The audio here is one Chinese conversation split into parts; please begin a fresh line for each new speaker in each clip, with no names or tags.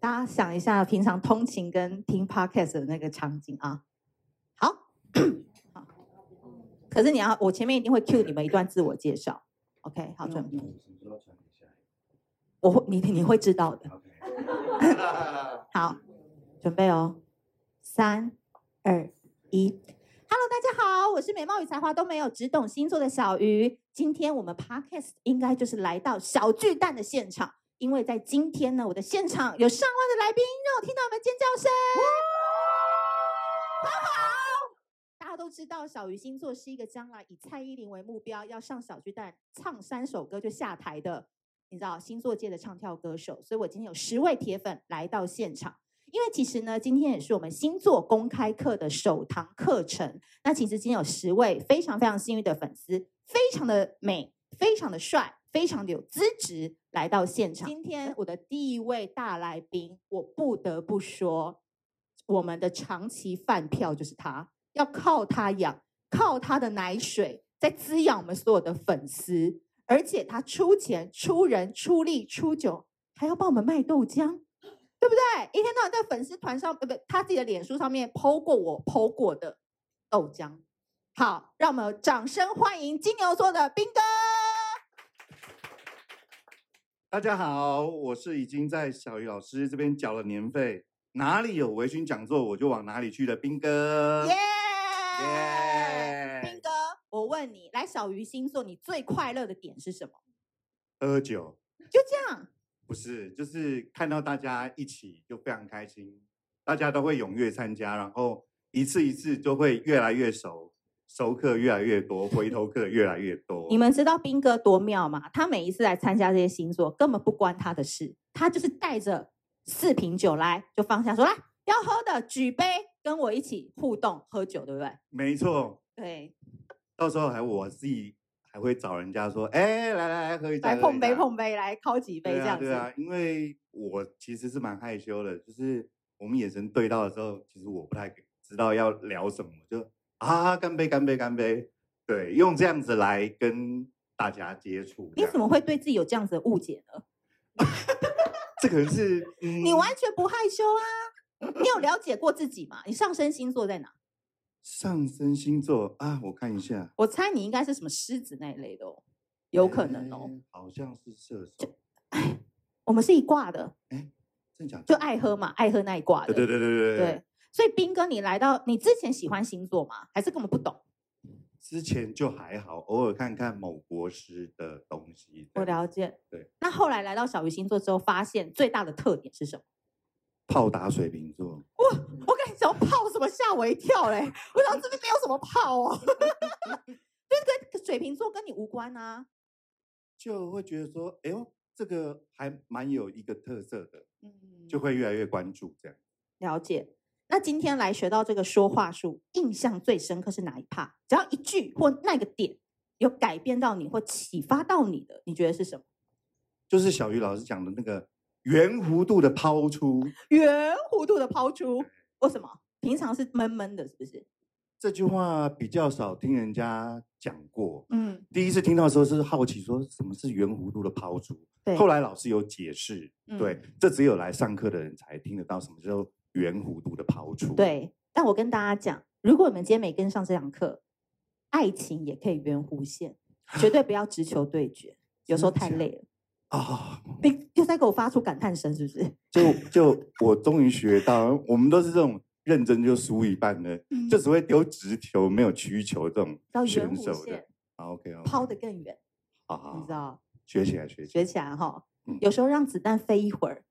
大家想一下，平常通勤跟听 podcast 的那个场景啊。好，好。可是你要，我前面一定会 cue 你们一段自我介绍。OK，好，准备。
备。
我会，你你会知道的。 好，准备哦，三、二、一。Hello，大家好，我是美貌与才华都没有，只懂星座的小鱼。今天我们 Podcast 应该就是来到小巨蛋的现场，因为在今天呢，我的现场有上万的来宾，让我听到你们尖叫声。好好，大家都知道小鱼星座是一个将来以蔡依林为目标，要上小巨蛋唱三首歌就下台的你知道星座界的唱跳歌手，所以我今天有十位铁粉来到现场。因为其实呢，今天也是我们星座公开课的首堂课程。那其实今天有十位非常非常幸运的粉丝，非常的美，非常的帅，非常的有资质来到现场。今天我的第一位大来宾，我不得不说，我们的长期饭票就是他，要靠他养，靠他的奶水在滋养我们所有的粉丝。而且他出钱、出人、出力、出酒，还要帮我们卖豆浆，对不对？一天到晚在粉丝团上，呃，不，他自己的脸书上面剖过我剖过的豆浆。好，让我们掌声欢迎金牛座的斌哥。
大家好，我是已经在小鱼老师这边缴了年费，哪里有微醺讲座我就往哪里去的，兵哥。
耶、
耶
斌哥，我问你，来小鱼星座，你最快乐的点是什么？
喝酒
就这样，
不是，就是看到大家一起就非常开心，大家都会踊跃参加，然后一次一次就会越来越熟，熟客越来越多，回头客越来越多。
你们知道斌哥多妙吗？他每一次来参加这些星座，根本不关他的事，他就是带着四瓶酒来，就放下说来要喝的举杯，跟我一起互动喝酒，对不对？
没错，
对，
到时候还我自己还会找人家说，哎、来来来，喝一下，
来
喝
碰
一
杯
下
碰杯，来敲几杯
对
这样
啊，
子。
对啊，因为我其实是蛮害羞的，就是我们眼神对到的时候，其实我不太知道要聊什么，就啊，干杯，干杯，干杯，对，用这样子来跟大家接触。
你
这
怎
样
么会对自己有这样子的误解呢？
这可能是、嗯、
你完全不害羞 啊！你有了解过自己吗？你上升星座在哪？
上升星座啊？我看一下，
我猜你应该是什么狮子那一类的哦，有可能哦。
哎，好像是射手，
我们是一挂的，
真假的？
就爱喝嘛，爱喝那一挂的。
对。对对对对
对，所以斌哥，你来到你之前喜欢星座吗？还是根本不懂？
之前就还好，偶尔看看某国师的东西。
我
对
了解。
对。
那后来来到小鱼星座之后，发现最大的特点是什么？
炮打水瓶座，
我跟你讲，泡什么吓我一跳嘞！我想这边没有什么泡哦， 就是跟水瓶座跟你无关啊。
就会觉得说，哎呦，这个还蛮有一个特色的，
嗯，
就会越来越关注这样。
了解。那今天来学到这个说话术，印象最深刻是哪一趴？只要一句或那个点有改变到你或启发到你的，你觉得是什么？
就是小鱼老师讲的那个圆弧度的抛出
圆弧度的抛出，为什么？平常是闷闷的，是不是？
这句话比较少听人家讲过。
嗯，
第一次听到的时候是好奇，说什么是圆弧度的抛出？
对。
后来老师有解释，
嗯
对，这只有来上课的人才听得到什么叫做圆弧度的抛出。，
对，但我跟大家讲，如果你们今天没跟上这堂课，爱情也可以圆弧线，绝对不要直球对决，有时候太
真的
累了。
啊、
你又在给我发出感叹声，是不 是？
就就我终于学到，我们都是这种认真就输一半的，就只会丢直球没有曲球这种
到嗯圆
选
弧
手的
线。
好，OK，, o k
抛得更远，
好好
你
好
知道？
学起来，学起
学
来。
起来哈
嗯，
有时候让子弹飞一会儿，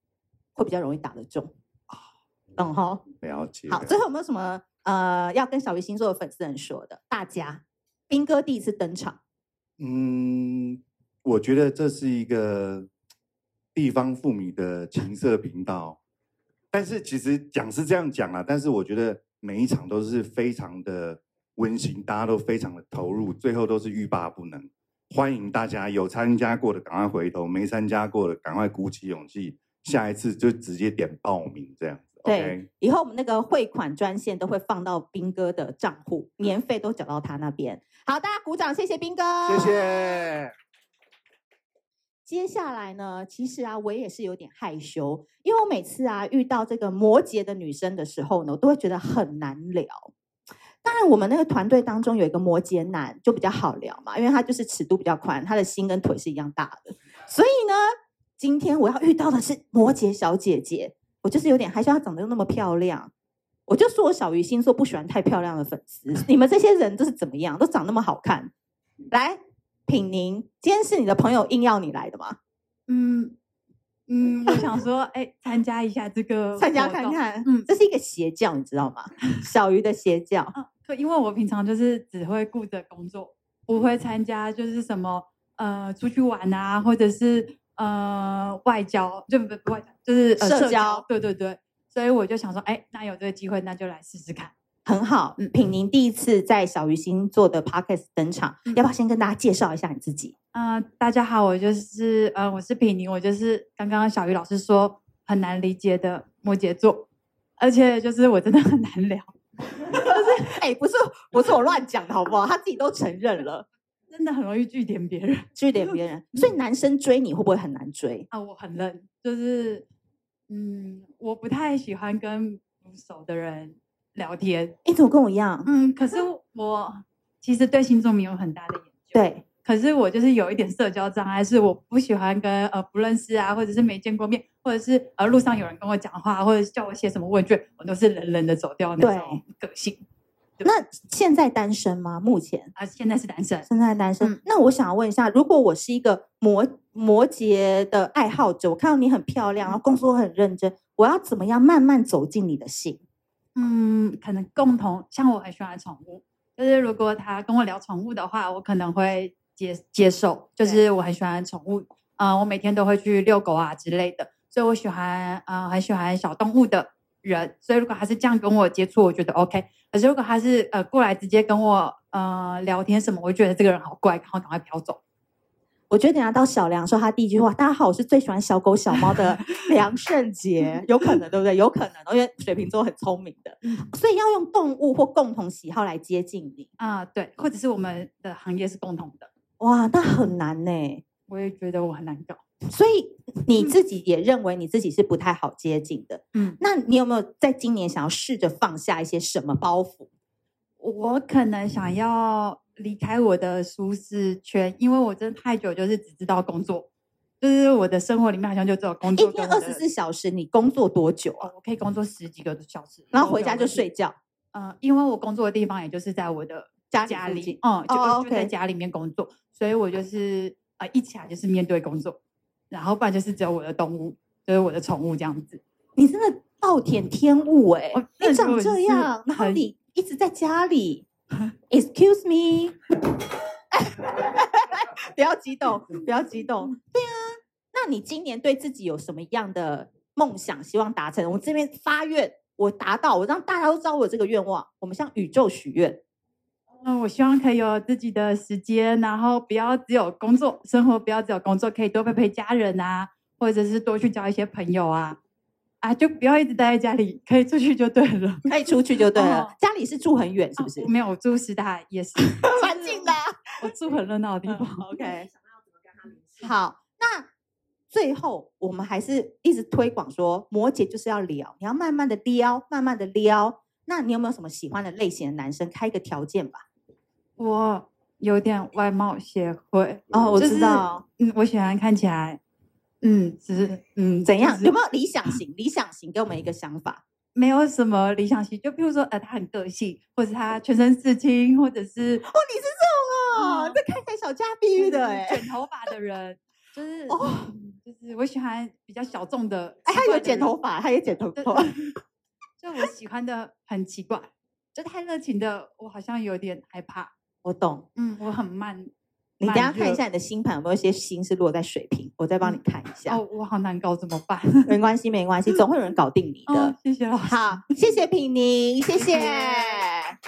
会比较容易打得中。懂哈？
了解。
好，最后有没有什么呃要跟小鱼星座的粉丝们说的？大家，斌哥第一次登场，
嗯，我觉得这是一个地方妇女的情色频道，但是其实讲是这样讲啦，但是我觉得每一场都是非常的温馨，大家都非常的投入，最后都是欲罢不能。欢迎大家有参加过的赶快回头，没参加过的赶快鼓起勇气，下一次就直接点报名这样子。
对
OK，
以后我们那个汇款专线都会放到斌哥的账户，年费都缴到他那边。好，大家鼓掌，谢谢斌哥，
谢。谢。
接下来呢，其实啊，我也是有点害羞，因为我每次啊遇到这个摩羯的女生的时候呢，我都会觉得很难聊。当然，我们那个团队当中有一个摩羯男就比较好聊嘛，因为他就是尺度比较宽，他的心跟腿是一样大的。所以呢，今天我要遇到的是摩羯小姐姐，我就是有点害羞，她长得又那么漂亮。我就说我小鱼星座不喜欢太漂亮的粉丝， 你们这些人都是怎么样？都长那么好看，来，品宁，今天是你的朋友硬要你来的吗？
嗯嗯，我想说，哎、参加一下这个
参加
活
看
动。
看，嗯
嗯，
这是一个邪教，你知道吗？ 小鱼的邪教，
啊，可因为我平常就是只会顾着工作，不会参加就是什么呃出去玩啊，或者是呃外交，就不不外交，就是、呃、
社
社
交
对对对，所以我就想说，哎、那有这个机会，那就来试试看。
很好。
嗯
品宁第一次在小鱼星座的 podcast 登场，
嗯
要不要先跟大家介绍一下你自己？
呃，大家好，我就是呃，我是品宁，我就是刚刚小鱼老师说很难理解的摩羯座，而且就是我真的很难聊，
哎、不是，不是我乱讲的好不好？他自己都承认了，嗯
真的很容易据点别人
据点别人，所以男生追你会不会很难追？
啊，我很认，就是嗯，我不太喜欢跟不熟的人聊天，
哎、怎么跟我一样？
嗯，可是我其实对星座没有很大的研究，，
对，
可是我就是有一点社交障碍，是我不喜欢跟呃不认识啊，或者是没见过面，或者是呃路上有人跟我讲话，或者是叫我写什么问卷，我都是冷冷的走掉那种个性。对
那现在单身吗？目前
啊，现在是单身，
现在单身。
嗯
那我想问一下，如果我是一个摩摩羯的爱好者，我看到你很漂亮，然后工作很认真，我要怎么样慢慢走进你的心？
嗯，可能共同像我很喜欢宠物，就是如果他跟我聊宠物的话，我可能会接接受，
对
就是我很喜欢宠物，啊、我每天都会去遛狗啊之类的，所以我喜欢，啊，很喜欢小动物的人，所以如果他是这样跟我接触，我觉得 OK，可是如果他是呃过来直接跟我呃聊天什么，我就觉得这个人好怪，然后赶快飘走。
我觉得等一下到小梁的时候，他第一句话：“大家好，我是最喜欢小狗小猫 的梁胜杰。”有可能，对不对？有可能哦，因为水瓶座很聪明的，
嗯
所以要用动物或共同喜好来接近你。
啊、对，或者是我们的行业是共同的，
哇，那很难呢、
我也觉得我很难搞。
所以你自己也认为你自己是不太好接近的。
嗯，
那你有没有在今年想要试着放下一些什么包袱？
我可能
嗯
想要离开我的舒适圈，因为我真的太久就是只知道工作，就是我的生活里面好像就只有工
一
作跟
天
我
哎二
的
十四小时，你工作多久啊？
哦，我可以工作十几个小时，
然后
都
回
没有
家就
问题
睡。觉，
嗯、因为我工作的地方也就是在我的
家里
家
附
里
近，
嗯，就、
哦
就在
，OK
家里面工作，所以我就是呃一起来就是面对工作，然后不然就是只有我的动物，就是我的宠物这样子。
你真的暴殄天物哎、
哦
你
那如
长
果
这
是
样，然后
很
你一直在家里 ，Excuse me，不要激动，不要激动。 对啊，那你今年对自己有什么样的梦想？希望达成？我这边发愿，我达到，我让大家都知道我有这个愿望。我们向宇宙许 愿。
嗯，我希望可以有自己的时间，然后不要只有工作，生活不要只有工作，可以多陪陪家人啊，或者是多去交一些朋友啊，啊，就不要一直待在家里，可以出去就对 了。
可以出去就对了。
哦
家里是住很远，是不是，
啊我？没有，我住师大夜市
蛮近的啊。
我住很热闹的地
嗯
方。
OK，好，那最后我们还是一直推广说，摩羯就是要聊，你要慢慢的撩，慢慢的撩。那你有没有什么喜欢的类型的男生？开一个条件吧。
我有点外貌协会
哦我
就
知
是
道
嗯，我喜欢看起来，嗯，只是嗯，
怎样？
就是
有没有理想型？理想型给我们一个想法。
没有什么理想型，就譬如说，呃，他很个性，或者他全身刺青，或者是
哦，你是这种哦，
嗯
这看起来小家碧玉的
嗯
欸
哎。
卷头发的人，就是
哦
嗯就是我喜欢比较小众的，
哎，他
奇怪
有
的
剪头
人，
发，他也剪头
对
发。
哦
就我喜欢的很奇怪，就太热情的，我好像有点害怕。
我懂。
嗯，我很 慢
你等一下看一
慢热
下你的星盘有没有一些星是落在水瓶，我再帮你
嗯
看一下
哦，。我好难搞，怎么办？
没关系，没关系，总会有人搞定你的
哦。，谢谢老师。
好，谢谢品宁，谢
谢
谢。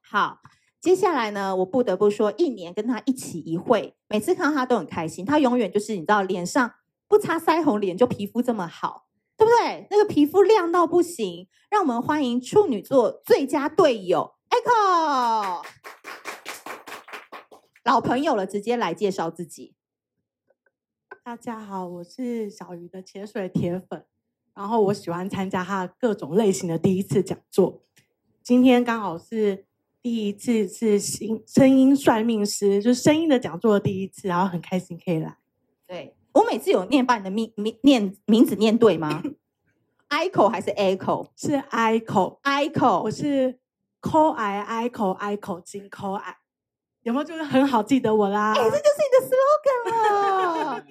好，接下来呢，我不得不说，一年跟他一起一会，每次看到他都很开心。他永远就是你知道，脸上不擦腮红，脸就皮肤这么好，对不对？那个皮肤亮到不行，让我们欢迎处女座最佳队友哎 Echo。老朋友了，直接来介绍自己。
大家好，我是小鱼的潜水铁粉，然后我喜欢参加他各种类型的第一次讲座。今天刚好是第一次是新声音算命师，就是声音的讲座的第一次，然后很开心可以来。
对我每次有念把你的名名念名字念对 吗？Ico 还是 Echo？Ico
是 I 口，我是抠癌 I 口 I 口金抠癌，有没有就是很好记得我啦？
哎、这就是你的 slogan 了。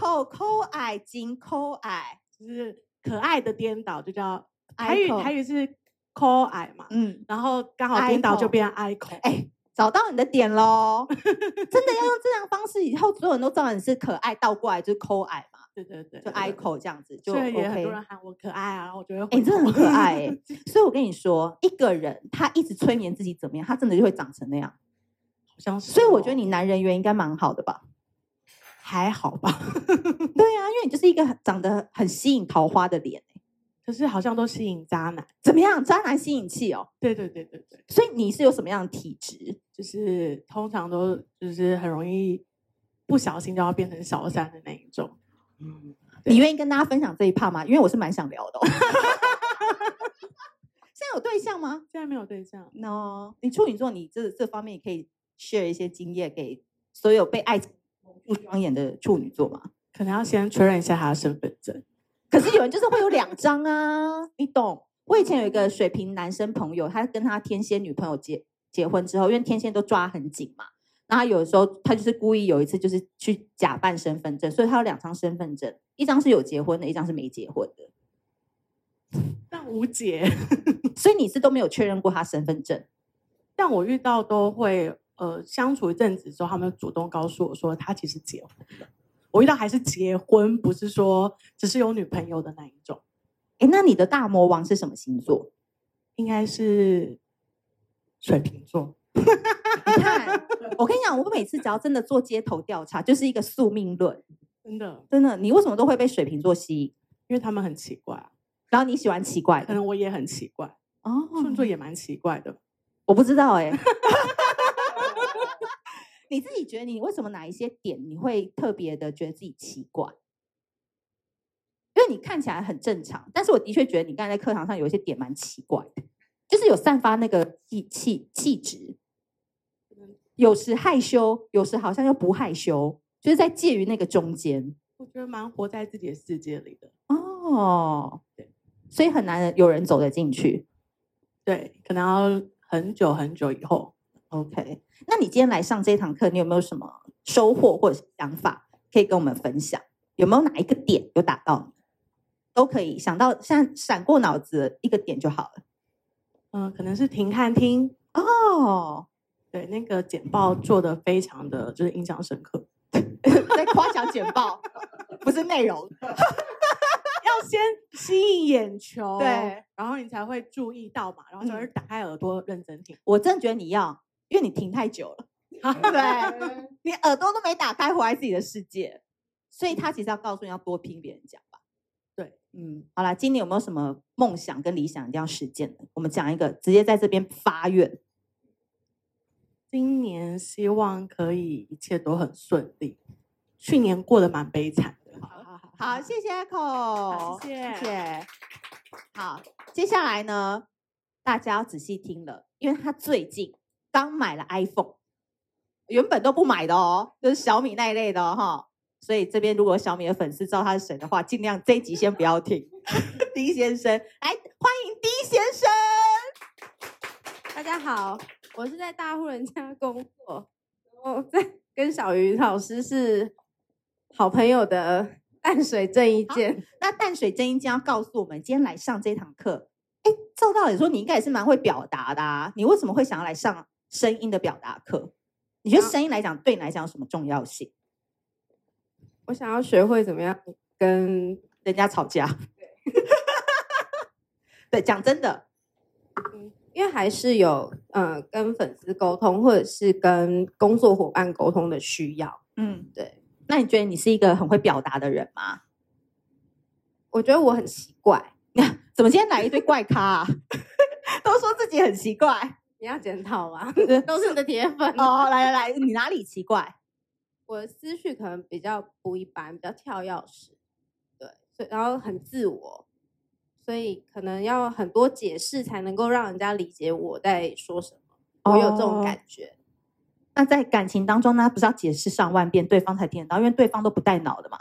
Ico 抠矮，紧抠矮，
就是可爱的颠倒，就叫台语
Ico
台语是抠癌嘛，
嗯，
然后刚好颠倒就
Ico
变 I 口。
哎、找到你的点喽！ 真的要用这样的方式，以后所有人都知道你是可爱，倒过来就是抠矮嘛，
对对对，
就
对对
Ico 这样子就
所以也很
OK
多。人喊我可爱啊，然后我就会
哎、
回
你真的很
头
可爱、欸，所以我跟你说，一个人他一直催眠自己怎么样，他真的就会长成那样。
好像是哦。
所以我觉得你男人缘应该蛮好的吧？
还好吧，
对啊，因为你就是一个很长得很吸引桃花的脸、欸，
可是好像都吸引渣男。
怎么样？渣男吸引器哦。
对对对对对，
所以你是有什么样的体质？
就是通常都就是很容易不小心就要变成小三的那一种。嗯，对
你愿意跟大家分享这一趴吗？因为我是蛮想聊的、哦。 现在有对象吗
现在没有对象，
？No，你处女座，你这这方面也可以 share 一些经验给所有被爱蒙住双眼的处女座嘛。
可能要先确认一下他的身份证。
可是有人就是会有两张啊，你懂？我以前有一个水瓶男生朋友，他跟他天蝎女朋友结结婚之后，因为天蝎都抓很紧嘛，然后他有的时候他就是故意有一次就是去假扮身份证，所以他有两张身份证，一张是有结婚的，一张是没结婚的。
但无解，
所以你是都没有确认过他身份证，
但我遇到都会呃相处一阵子之后，他们主动告诉我说他其实结婚了。我遇到还是结婚，不是说只是有女朋友的那一种。
哎，那你的大魔王是什么星座？
应该是水瓶座。
你看，我跟你讲，我每次只要真的做街头调查，就是一个宿命论，
真的，
真的，你为什么都会被水瓶座吸引？
因为他们很奇怪，
然后你喜欢奇怪
可
的
能我也很奇怪，
哦
处女座也蛮奇怪的。
我不知道哎、 你自己觉得你为什么哪一些点你会特别的觉得自己奇怪？因为你看起来很正常，但是我的确觉得你刚才在课堂上有一些点蛮奇怪的，就是有散发那个气气气质，有时害羞，有时好像又不害羞，就是在介于那个中间
我觉得蛮活在自己的世界里的。
哦。所以很难有人走得进去。
对，可能要很久很久以后。
OK，那你今天来上这一堂课，你有没有什么收获或者是想法可以跟我们分享？有没有哪一个点有打到你？都可以想到，像闪过脑子的一个点就好了。
嗯、可能是停看听，
哦，
对那个简报做的非常的就是印象深刻。
在夸奖简报， 不是内容。
要先吸引眼球，
对，
然后你才会注意到嘛，然后才会打开耳朵认真听。
我真的觉得你要，因为你停太 久了，对 你耳朵都没打开，活在自己的世界。所以他其实要告诉你要多听别人讲吧。
对，
嗯，好啦，今年有没有什么梦想跟理想一定要实践的？我们讲一个，直接在这边发愿。
今年希望可以一切都很顺利，去年过得蛮悲惨的。
好，谢谢 Echo，
谢谢
谢。好，接下来呢，大家要仔细听了，因为他最近刚买了 iPhone，原本都不买的哦，就是小米那一类的哦哈、所以这边如果有小米的粉丝知道他是谁的话，尽量这一集先不要听。D 先生，来欢迎 D 先生。
大家好，我是在大户人家工作，然后在跟小鱼老师是好朋友的 淡水正一见。
那淡水真音将要告诉我们，今天来上这堂课，哎，照道理说你应该也是蛮会表达的啊，你为什么会想要来上声音的表达课？你觉得
啊
声音来讲对你来讲有什么重要性？
我想要学会怎么样跟
人家吵架， 对，讲真的，
因为还是有呃跟粉丝沟通，或者是跟工作伙伴沟通的需要。
嗯，
对。
那你觉得你是一个很会表达的人吗？
我觉得我很奇怪，
怎么今天来一堆怪咖、啊， 都说自己很奇怪？
啊 你要检讨吗？都是你的铁粉。
哦，来来来，你哪里奇怪？
我的思绪可能比较不一般，比较跳跃式，对，所以然后很自我，所以可能要很多解释才能够让人家理解我在说什么。我有这种
哦
感觉，
那在感情当中呢，不是要解释上万遍，对方才听得到，因为对方都不带脑的嘛，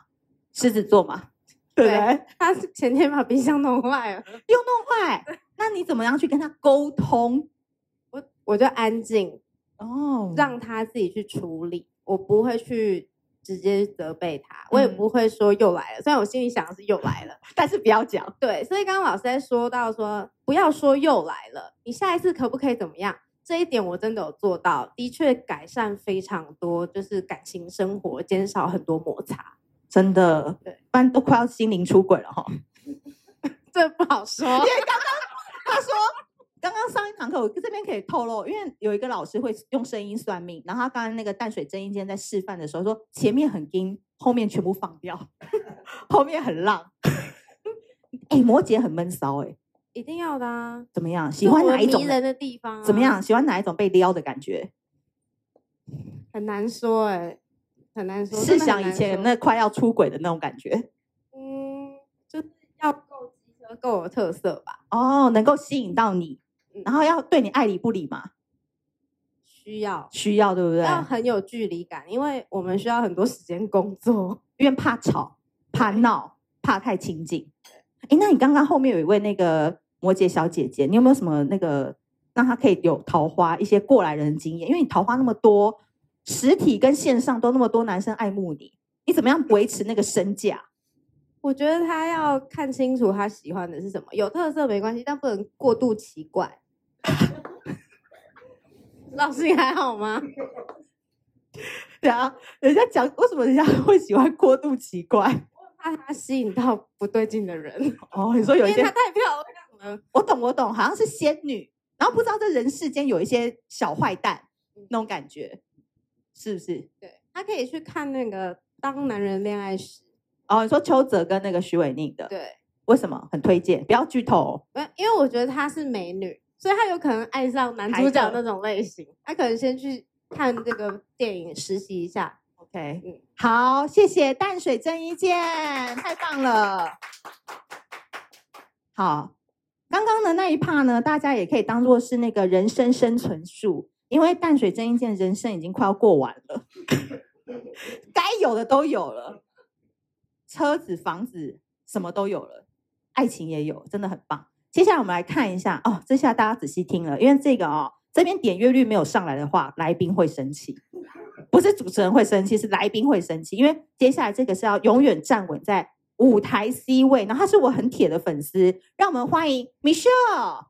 狮子座嘛，对不对？
对他是前天把冰箱弄坏了，
又弄坏，那你怎么样去跟他沟通？
我我就安静，
哦
让他自己去处理，我不会去直接责备他，
嗯
我也不会说又来了。虽然我心里想的是又 来了，
但是不要讲，
对。所以刚刚老师在说到说，不要说又来了，你下一次可不可以怎么样？这一点我真的有做到，的确改善非常多，就是感情生活减少很多摩擦。
真的，
对
不然都快要心灵出轨了哈。
这不好 说，
他说，刚刚上一堂课，我这边可以透露，因为有一个老师会用声音算命，然后他刚刚那个淡水真音间在示范的时候说，前面很硬，后面全部放掉， 后面很浪。 哎、摩羯很闷骚哎，
一定要的啊。
怎么样？喜
是
欢
我
哪一
迷
种呢？
人的地方、啊
怎么样？？喜欢哪一种被撩的感觉？
很难说哎、很难说。
试
真的很
想以
难
前
说
那快要出轨的那种感觉
嗯，就是要够机车，够有特色吧？
哦，能够吸引到你，
嗯
然后要对你爱理不理嘛，
需要
需要对不对？
要很有距离感，因为我们需要很多时间工作。
因为怕吵、怕闹、怕太亲近。哎，那你刚刚后面有一位那个摩羯小姐姐，你有没有什么那个让她可以有桃花一些过来人的经验？因为你桃花那么多，实体跟线上都那么多男生爱慕你，你怎么样维持那个身价？
我觉得他要看清楚他喜欢的是什么，有特色没关系，但不能过度奇怪。 老师，你还好吗？
对啊，人家讲为什么人家会喜欢过度奇怪？
怕他吸引到不对劲的人，因
哦，你说有一
为
些
他太漂亮了。
我懂，我懂，好像是仙女，然后不知道这人世间有一些小坏蛋嗯那种感觉，是不是？
对他可以去看那个《当男人恋爱时
哦，你说邱泽跟那个徐伟宁》，的，
对，
为什么很推荐？不要剧透、哦，
没有，因为我觉得她是美女，所以她有可能爱上男
海
主角
特
那种类型。她可能先去看这个电影实习一下。
OK，、
嗯
好，谢谢淡水正一见，太棒了。好，刚刚的那一趴呢，大家也可以当做是那个人生生存术，因为淡水正一见人生已经快要过完了，该有的都有了，车子、房子什么都有了，爱情也有，真的很棒。接下来我们来看一下哦，这下大家仔细听了，因为这个哦，这边点阅率没有上来的话，来宾会生气。不是主持人会生气，是来宾会生气，因为接下来这个是要永远站稳在舞台 C 位，然后他是我很铁的粉丝，让我们欢迎 Michelle。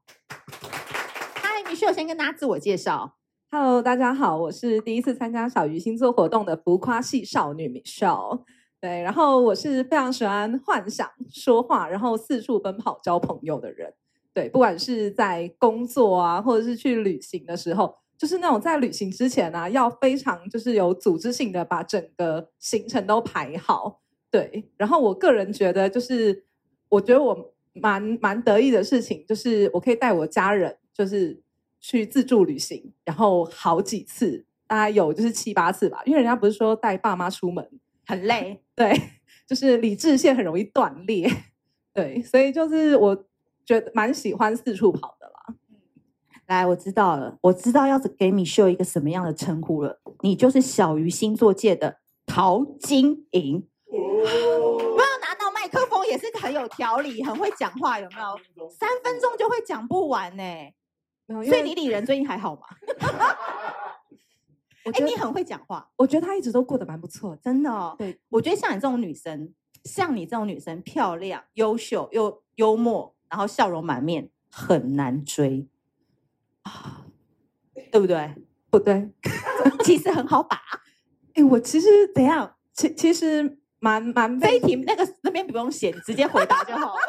嗨，Michelle，先跟大家自我介绍。
Hello，大家好，我是第一次参加小鱼星座活动的浮夸系少女 Michelle。对，然后我是非常喜欢幻想、说话，然后四处奔跑交朋友的人。对，不管是在工作啊，或者是去旅行的时候，就是那种在旅行之前啊，要非常就是有组织性的把整个行程都排好。对，然后我个人觉得，就是我觉得我蛮蛮得意的事情，就是我可以带我家人，就是去自助旅行，然后好几次，大概有就是七八次吧，因为人家不是说带爸妈出门
很累，
对，就是理智线很容易断裂，对，所以就是我觉得蛮喜欢四处跑的啦。
来，我知道了，我知道要给 Michelle 一个什么样的称呼了，你就是小鱼星座界的陶晶莹。不要拿到麦克风也是很有条理，很会讲话，有没有？三分钟就会讲不完呢、
没有，因
所以
为
你理人最近还好吗？
我
哎、
觉得、
你很会讲话，
我觉得他一直都过得蛮不错的。
真的、哦。
对，
我觉得像你这种女生，像你这种女生，漂亮、优秀又幽默，然后笑容满面，很难追啊，对不对？
不对，
其实很好把，
哎，我其实怎样，其其实蛮蛮
这
被
一题那个那边不用写，你直接回答就好了。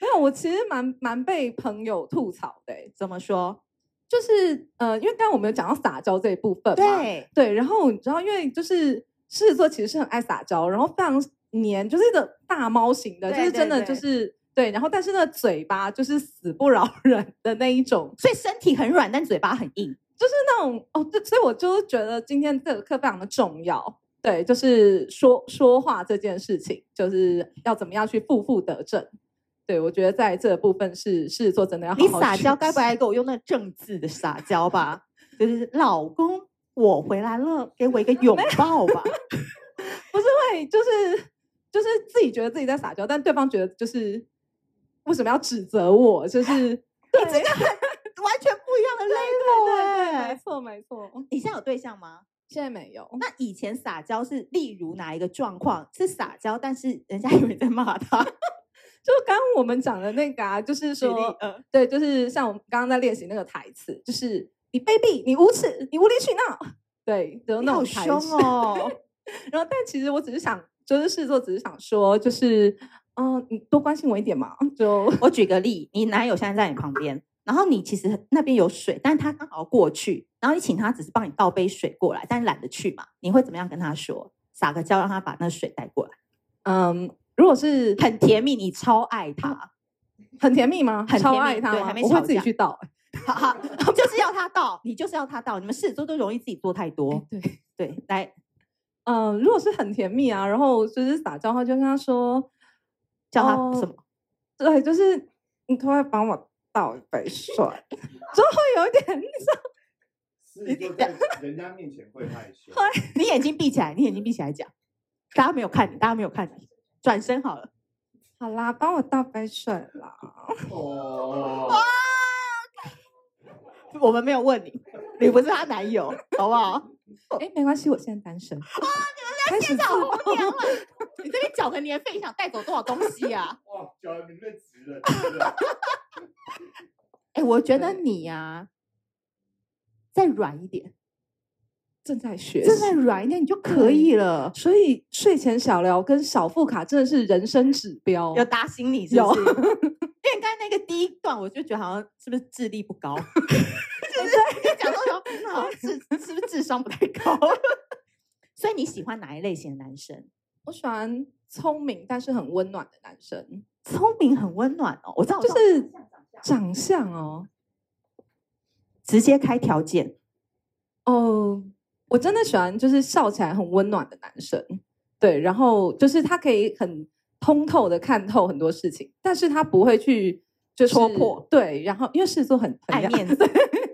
没有，我其实蛮蛮被朋友吐槽的欸、
怎么说？
就是呃，因为刚刚我们有讲到撒娇这一部分嘛，
对，
对，然后你知道，因为就是狮子座其实是很爱撒娇，然后非常黏，就是一个大猫型的，就
对
是真
对
的就
对
是对，然后但是那嘴巴就是死不饶人的那一种，
所以身体很软，但嘴巴很硬。
就是那种哦，这所以我就是觉得今天这个课非常的重要。对，就是说说话这件事情，就是要怎么样去负负得正。对，我觉得在这部分是是做真的要好好
你撒
学
娇该不
习
该给我用那正字的撒娇吧？就是老公，我回来了，给我一个拥抱吧。
不是会就是就是自己觉得自己在撒娇，但对方觉得就是为什么要指责 我？就是对对
完全不一样的 level
对，
哎、
没错没错，
你现在有对象吗？
现在没有。
那以前撒娇是例如哪一个状况是撒娇，但是人家以为在骂 他？
就刚刚我们讲的那个啊，就是
举例
说，
呃
对，就是像我们刚刚在练习那个台词，就是你卑鄙，你无耻，你无理取闹，对，就
你
那
好
种台
凶
词。
哦，
然后，但其实我只是想，就是试做，只是想说，就是嗯，你多关心我一点嘛，就
我举个例，你男友现在在你旁边，然后你其实那边有水，但他刚好过去，然后你请他只是帮你倒杯水过来，但懒得去嘛，你会怎么样跟他说？撒个娇让他把那水带过来，
嗯，如果是
很甜蜜，你超爱 他，
很甜蜜吗？
很
超
甜蜜
爱他
对
吗
还没
我会
吵
自己
架
去倒、欸
哈哈，就是要他倒，你就是要他倒，你们事做都容易自己做太多，
对，
哎对，来
嗯、如果是很甜蜜啊，然后就是撒娇的话，就跟他说，
叫他
哦
什么？
对，就是你可不可以帮我倒一杯水？ 就会有一点，你知道，
是就在人家面前会害羞。
你眼睛闭起来，你眼睛闭起来讲，大家没有看你，大家没有看你，转身好了。
好啦，帮我倒杯水啦。
哦，
我们没有问你，你不是她男友，好不 好？
哎，没关系，我现在单身。开始
现在
自
红
爆
娘了，你这边缴个年费，你想带走多少东西啊？
哇，脚你们直了，直了。
哎、我觉得
对
你呀、再软一点，
正在学
真的
习。
软一点，你就可以了。
所以睡前小聊跟小副卡真的是人生指标。
有 打醒你是不是？因为刚才那个第一段，我就觉得好像是不是智力不 高，就是一讲到说嗯好像智是不是智商不太高？ 所以你喜欢哪一类型的男生？
我喜欢聪明但是很温暖的男生，
聪明很温暖哦，我知道，我知
就
道
是长相哦。
直接开条件，
哦，我真的喜欢就是笑起来很温暖的男生，对，然后就是他可以很通透的看透很多事情，但是他不会去就是
戳破，
对，然后因为狮子座很
爱面
子，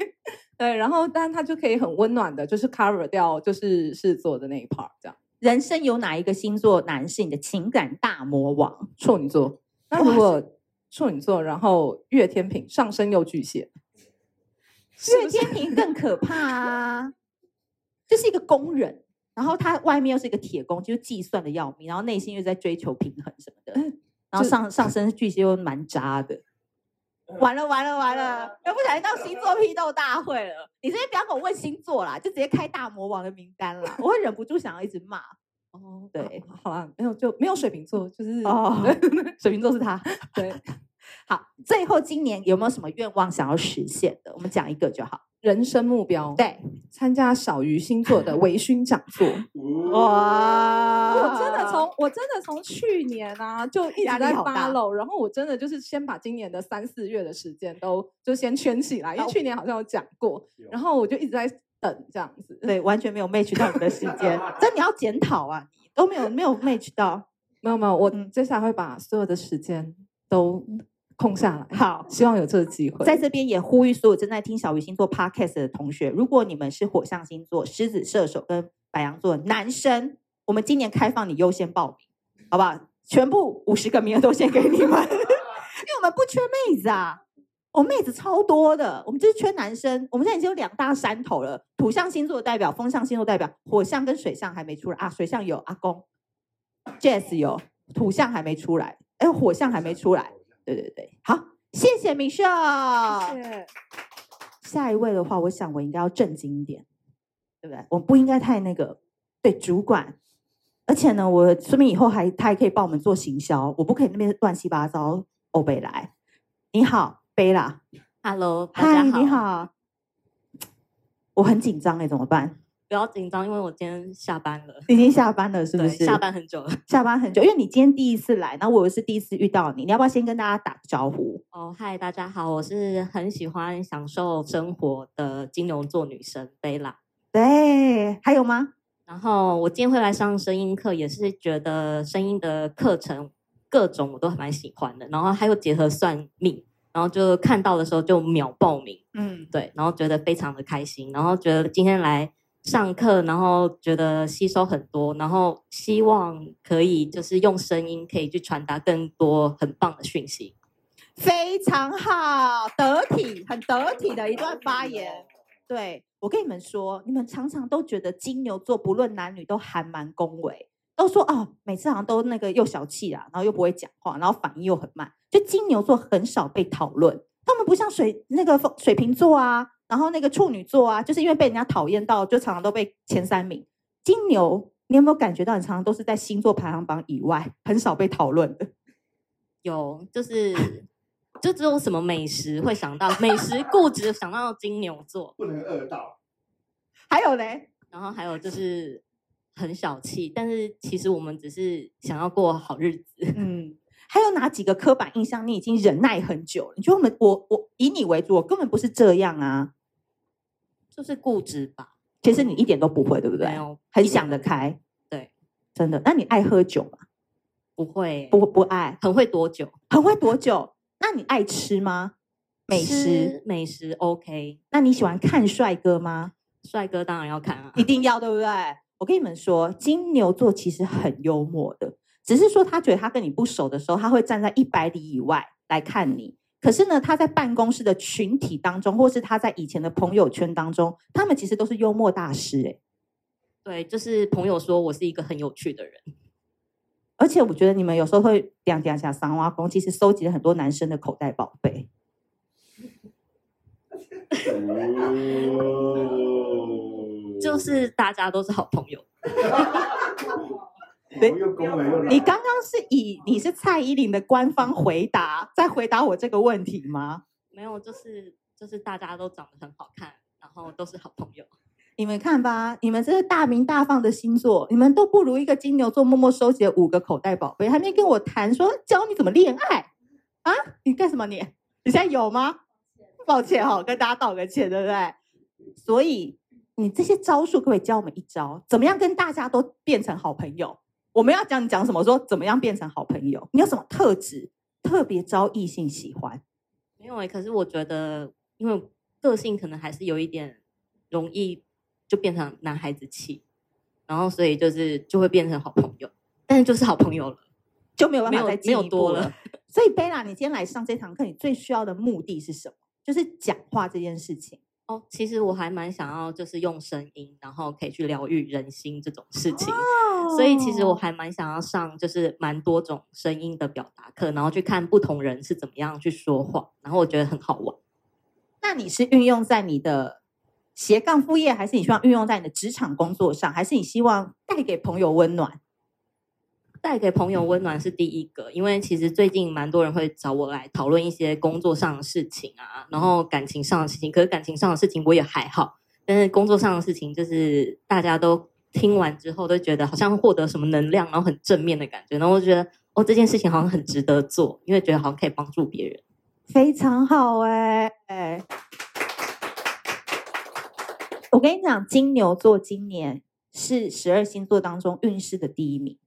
对，然后但他就可以很温暖的，就是 cover 掉就是狮子座的那一 part，这样
人生有哪一个星座男是你的情感大魔王？
处女座。那
哇
如果处女座，然后月天平上升又巨蟹，是
岳
不是
天平更可怕啊！就是一个工人，然后他外面又是一个铁工，就是计算的要命，然后内心又在追求平衡什么的， 然后
这
上上升巨蟹又蛮渣的。完了完了完了，又不小心到星座批斗大会了。你这边不要跟我问星座啦，就直接开大魔王的名单啦，我会忍不住想要一直骂。
哦，
对
好，好啦，没有就没有水瓶座，就是
哦水瓶座是他。
对，
好，最后今年有没有什么愿望想要实现的？我们讲一个就好。
人生目标，
对，
参加小鱼星座的微醺讲 座。
哇，
我真的从我真的从去年啊就一
压
直
力
在
好大
follow，然后我真的就是先把今年的三四月的时间都就先圈起来，因
哦
为去年好像有讲过
有，
然后我就一直在等这样子。
对完全没有 match 到你的时 间，这你要检讨啊，你都没有没有 match 到。
没有没有，我
嗯
接下来会把所有的时间都空下来，
好，
希望有这个机会。
在这边也呼吁所有正在听小鱼星座 podcast 的同学，如果你们是火象星座、狮子、射手跟白羊座的男生，我们今年开放你优先报名，好不好？全部五十个名额都先给你们， 因为我们不缺妹子啊，我们妹子超多的，我们就是缺男生。我们现在已经有两大山头了，土象星座代表、风象星座代表，火象跟水象还没出来啊，水象有阿公，Jazz 有，土象还没出来，哎，火象还没出来。对对对，好，谢谢米秀。
谢谢
下一位的话，我想我应该要正经一点，对不对？我不应该太那个对主管，而且呢，我说明以后还他还可以帮我们做行销，我不可以那边乱七八糟欧北来。你好，贝拉，
Hello，大
嗨，
家好。
你好，我很紧张哎、怎么办？
不不要紧张，因为我今天下班了，
已经下班了，是不
对，
是？
下班很久了。
下班很久，因为你今天第一次来，然后我又是第一次遇到你，你要不要先跟大家打个招呼？
哦，嗨，大家好，我是很喜欢享受生活的金牛座女神贝拉。
对，还有吗？
然后我今天会来上声音课，也是觉得声音的课程各种我都蛮喜欢的，然后还有结合算命，然后就看到的时候就秒报名，
嗯，
对，然后觉得非常的开心，然后觉得今天来上课，然后觉得吸收很多，然后希望可以就是用声音可以去传达更多很棒的讯息。
非常好，得体，很得体的一段发言。对我跟你们说，你们常常都觉得金牛座不论男女都还蛮恭维，都说哦，每次好像都那个又小气啊，然后又不会讲话，然后反应又很慢。就金牛座很少被讨论，他们不像水那个风水瓶座啊，然后那个处女座啊，就是因为被人家讨厌到，就常常都被前三名。金牛，你有没有感觉到你常常都是在星座排行榜以外，很少被讨论的？
有，就是就只有什么美食会想到美食固执想到金牛座，
不能饿到。
还有嘞，
然后还有就是很小气，但是其实我们只是想要过好日子。
嗯，还有哪几个刻板印象你已经忍耐很久了？你觉得我们我我以你为主，我根本不是这样啊。
就是固执吧，
其实你一点都不会，对不对
没？有
很
一点
想
都
得开，
对，
真的。那你爱喝酒吗？
不会，
不不爱，
很会躲酒，
很会躲酒。那你爱吃吗？美食？
吃美食 OK，
那你喜欢看帅哥吗？
帅哥当然要看啊，
一定要，对不对？我跟你们说，金牛座其实很幽默的，只是说他觉得他跟你不熟的时候，他会站在一百里以外来看你。可是呢，他在办公室的群体当中，或是他在以前的朋友圈当中，他们其实都是幽默大师欸诶、
对，就是朋友说我是一个很有趣的人，
而且我觉得你们有时候会两两下三挖工，其实收集了很多男生的口袋宝贝。
就是大家都是好朋友。
又恭维又
你刚刚是以你是蔡依林的官方回答在回答我这个问题吗？
没有，就是就是大家都长得很好看，然后都是好朋友。
你们看吧，你们这个大名大放的星座，你们都不如一个金牛座默默收集了五个口袋宝贝，还没跟我谈说教你怎么恋爱啊？你干什么你？你现在有吗？抱歉哈、跟大家道个歉，对不对？所以你这些招数，可不可以教我们一招？怎么样跟大家都变成好朋友？我们要讲你讲什么？说怎么样变成好朋友？你有什么特质特别招异性喜欢？
没有哎、可是我觉得，因为个性可能还是有一点容易就变成男孩子气，然后所以就是就会变成好朋友，但是就是好朋友了，
就没有办
没
法
有
再
没有
进一步
多
了
了。
所以贝拉，你今天来上这堂课，你最需要的目的是什么？就是讲话这件事情。
哦，其实我还蛮想要，就是用声音，然后可以去疗愈人心这种事情。
哦
所以其实我还蛮想要上，就是蛮多种声音的表达课，然后去看不同人是怎么样去说话，然后我觉得很好玩。
那你是运用在你的斜杠副业，还是你希望运用在你的职场工作上，还是你希望带给朋友温暖？
带给朋友温暖是第一个，因为其实最近蛮多人会找我来讨论一些工作上的事情啊，然后感情上的事情。可是感情上的事情我也还好，但是工作上的事情就是大家都听完之后都觉得好像获得什么能量，然后很正面的感觉，然后我就觉得哦这件事情好像很值得做，因为觉得好像可以帮助别人。
非常好哎、哎，我跟你讲，金牛座今年是十二星座当中运势的第一名，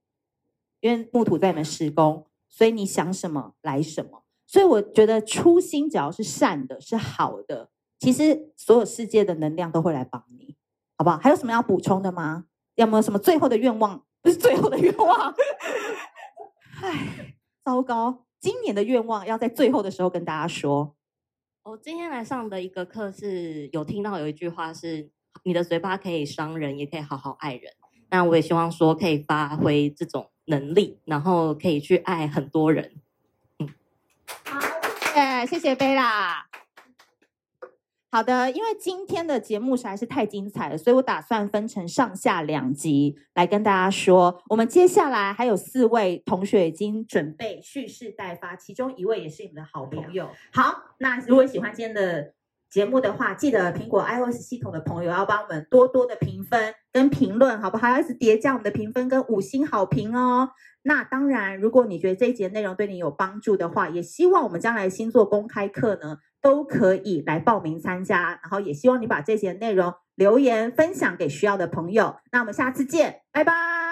因为木土在你们施工，所以你想什么来什么。所以我觉得初心只要是善的、是好的，其实所有世界的能量都会来帮你，好不好？还有什么要补充的吗？有没有什么最后的愿望？不是最后的愿望， 唉，糟糕！今年的愿望要在最后的时候跟大家说。
我、哦今天来上的一个课是有听到有一句话是“你的嘴巴可以伤人，也可以好好爱人”。那我也希望说可以发挥这种能力，然后可以去爱很多人。
哎，谢谢贝拉。好的，因为今天的节目实在是太精彩了，所以我打算分成上下两集来跟大家说。我们接下来还有四位同学已经准备蓄势待发，其中一位也是你们的好朋友。好，那如果喜欢今天的节目的话，记得苹果 iOS 系统的朋友要帮我们多多的评分跟评论，好不好？要一直叠加我们的评分跟五星好评哦。那当然，如果你觉得这一节内容对你有帮助的话，也希望我们将来星座公开课呢都可以来报名参加，然后也希望你把这节内容留言分享给需要的朋友。那我们下次见，拜拜。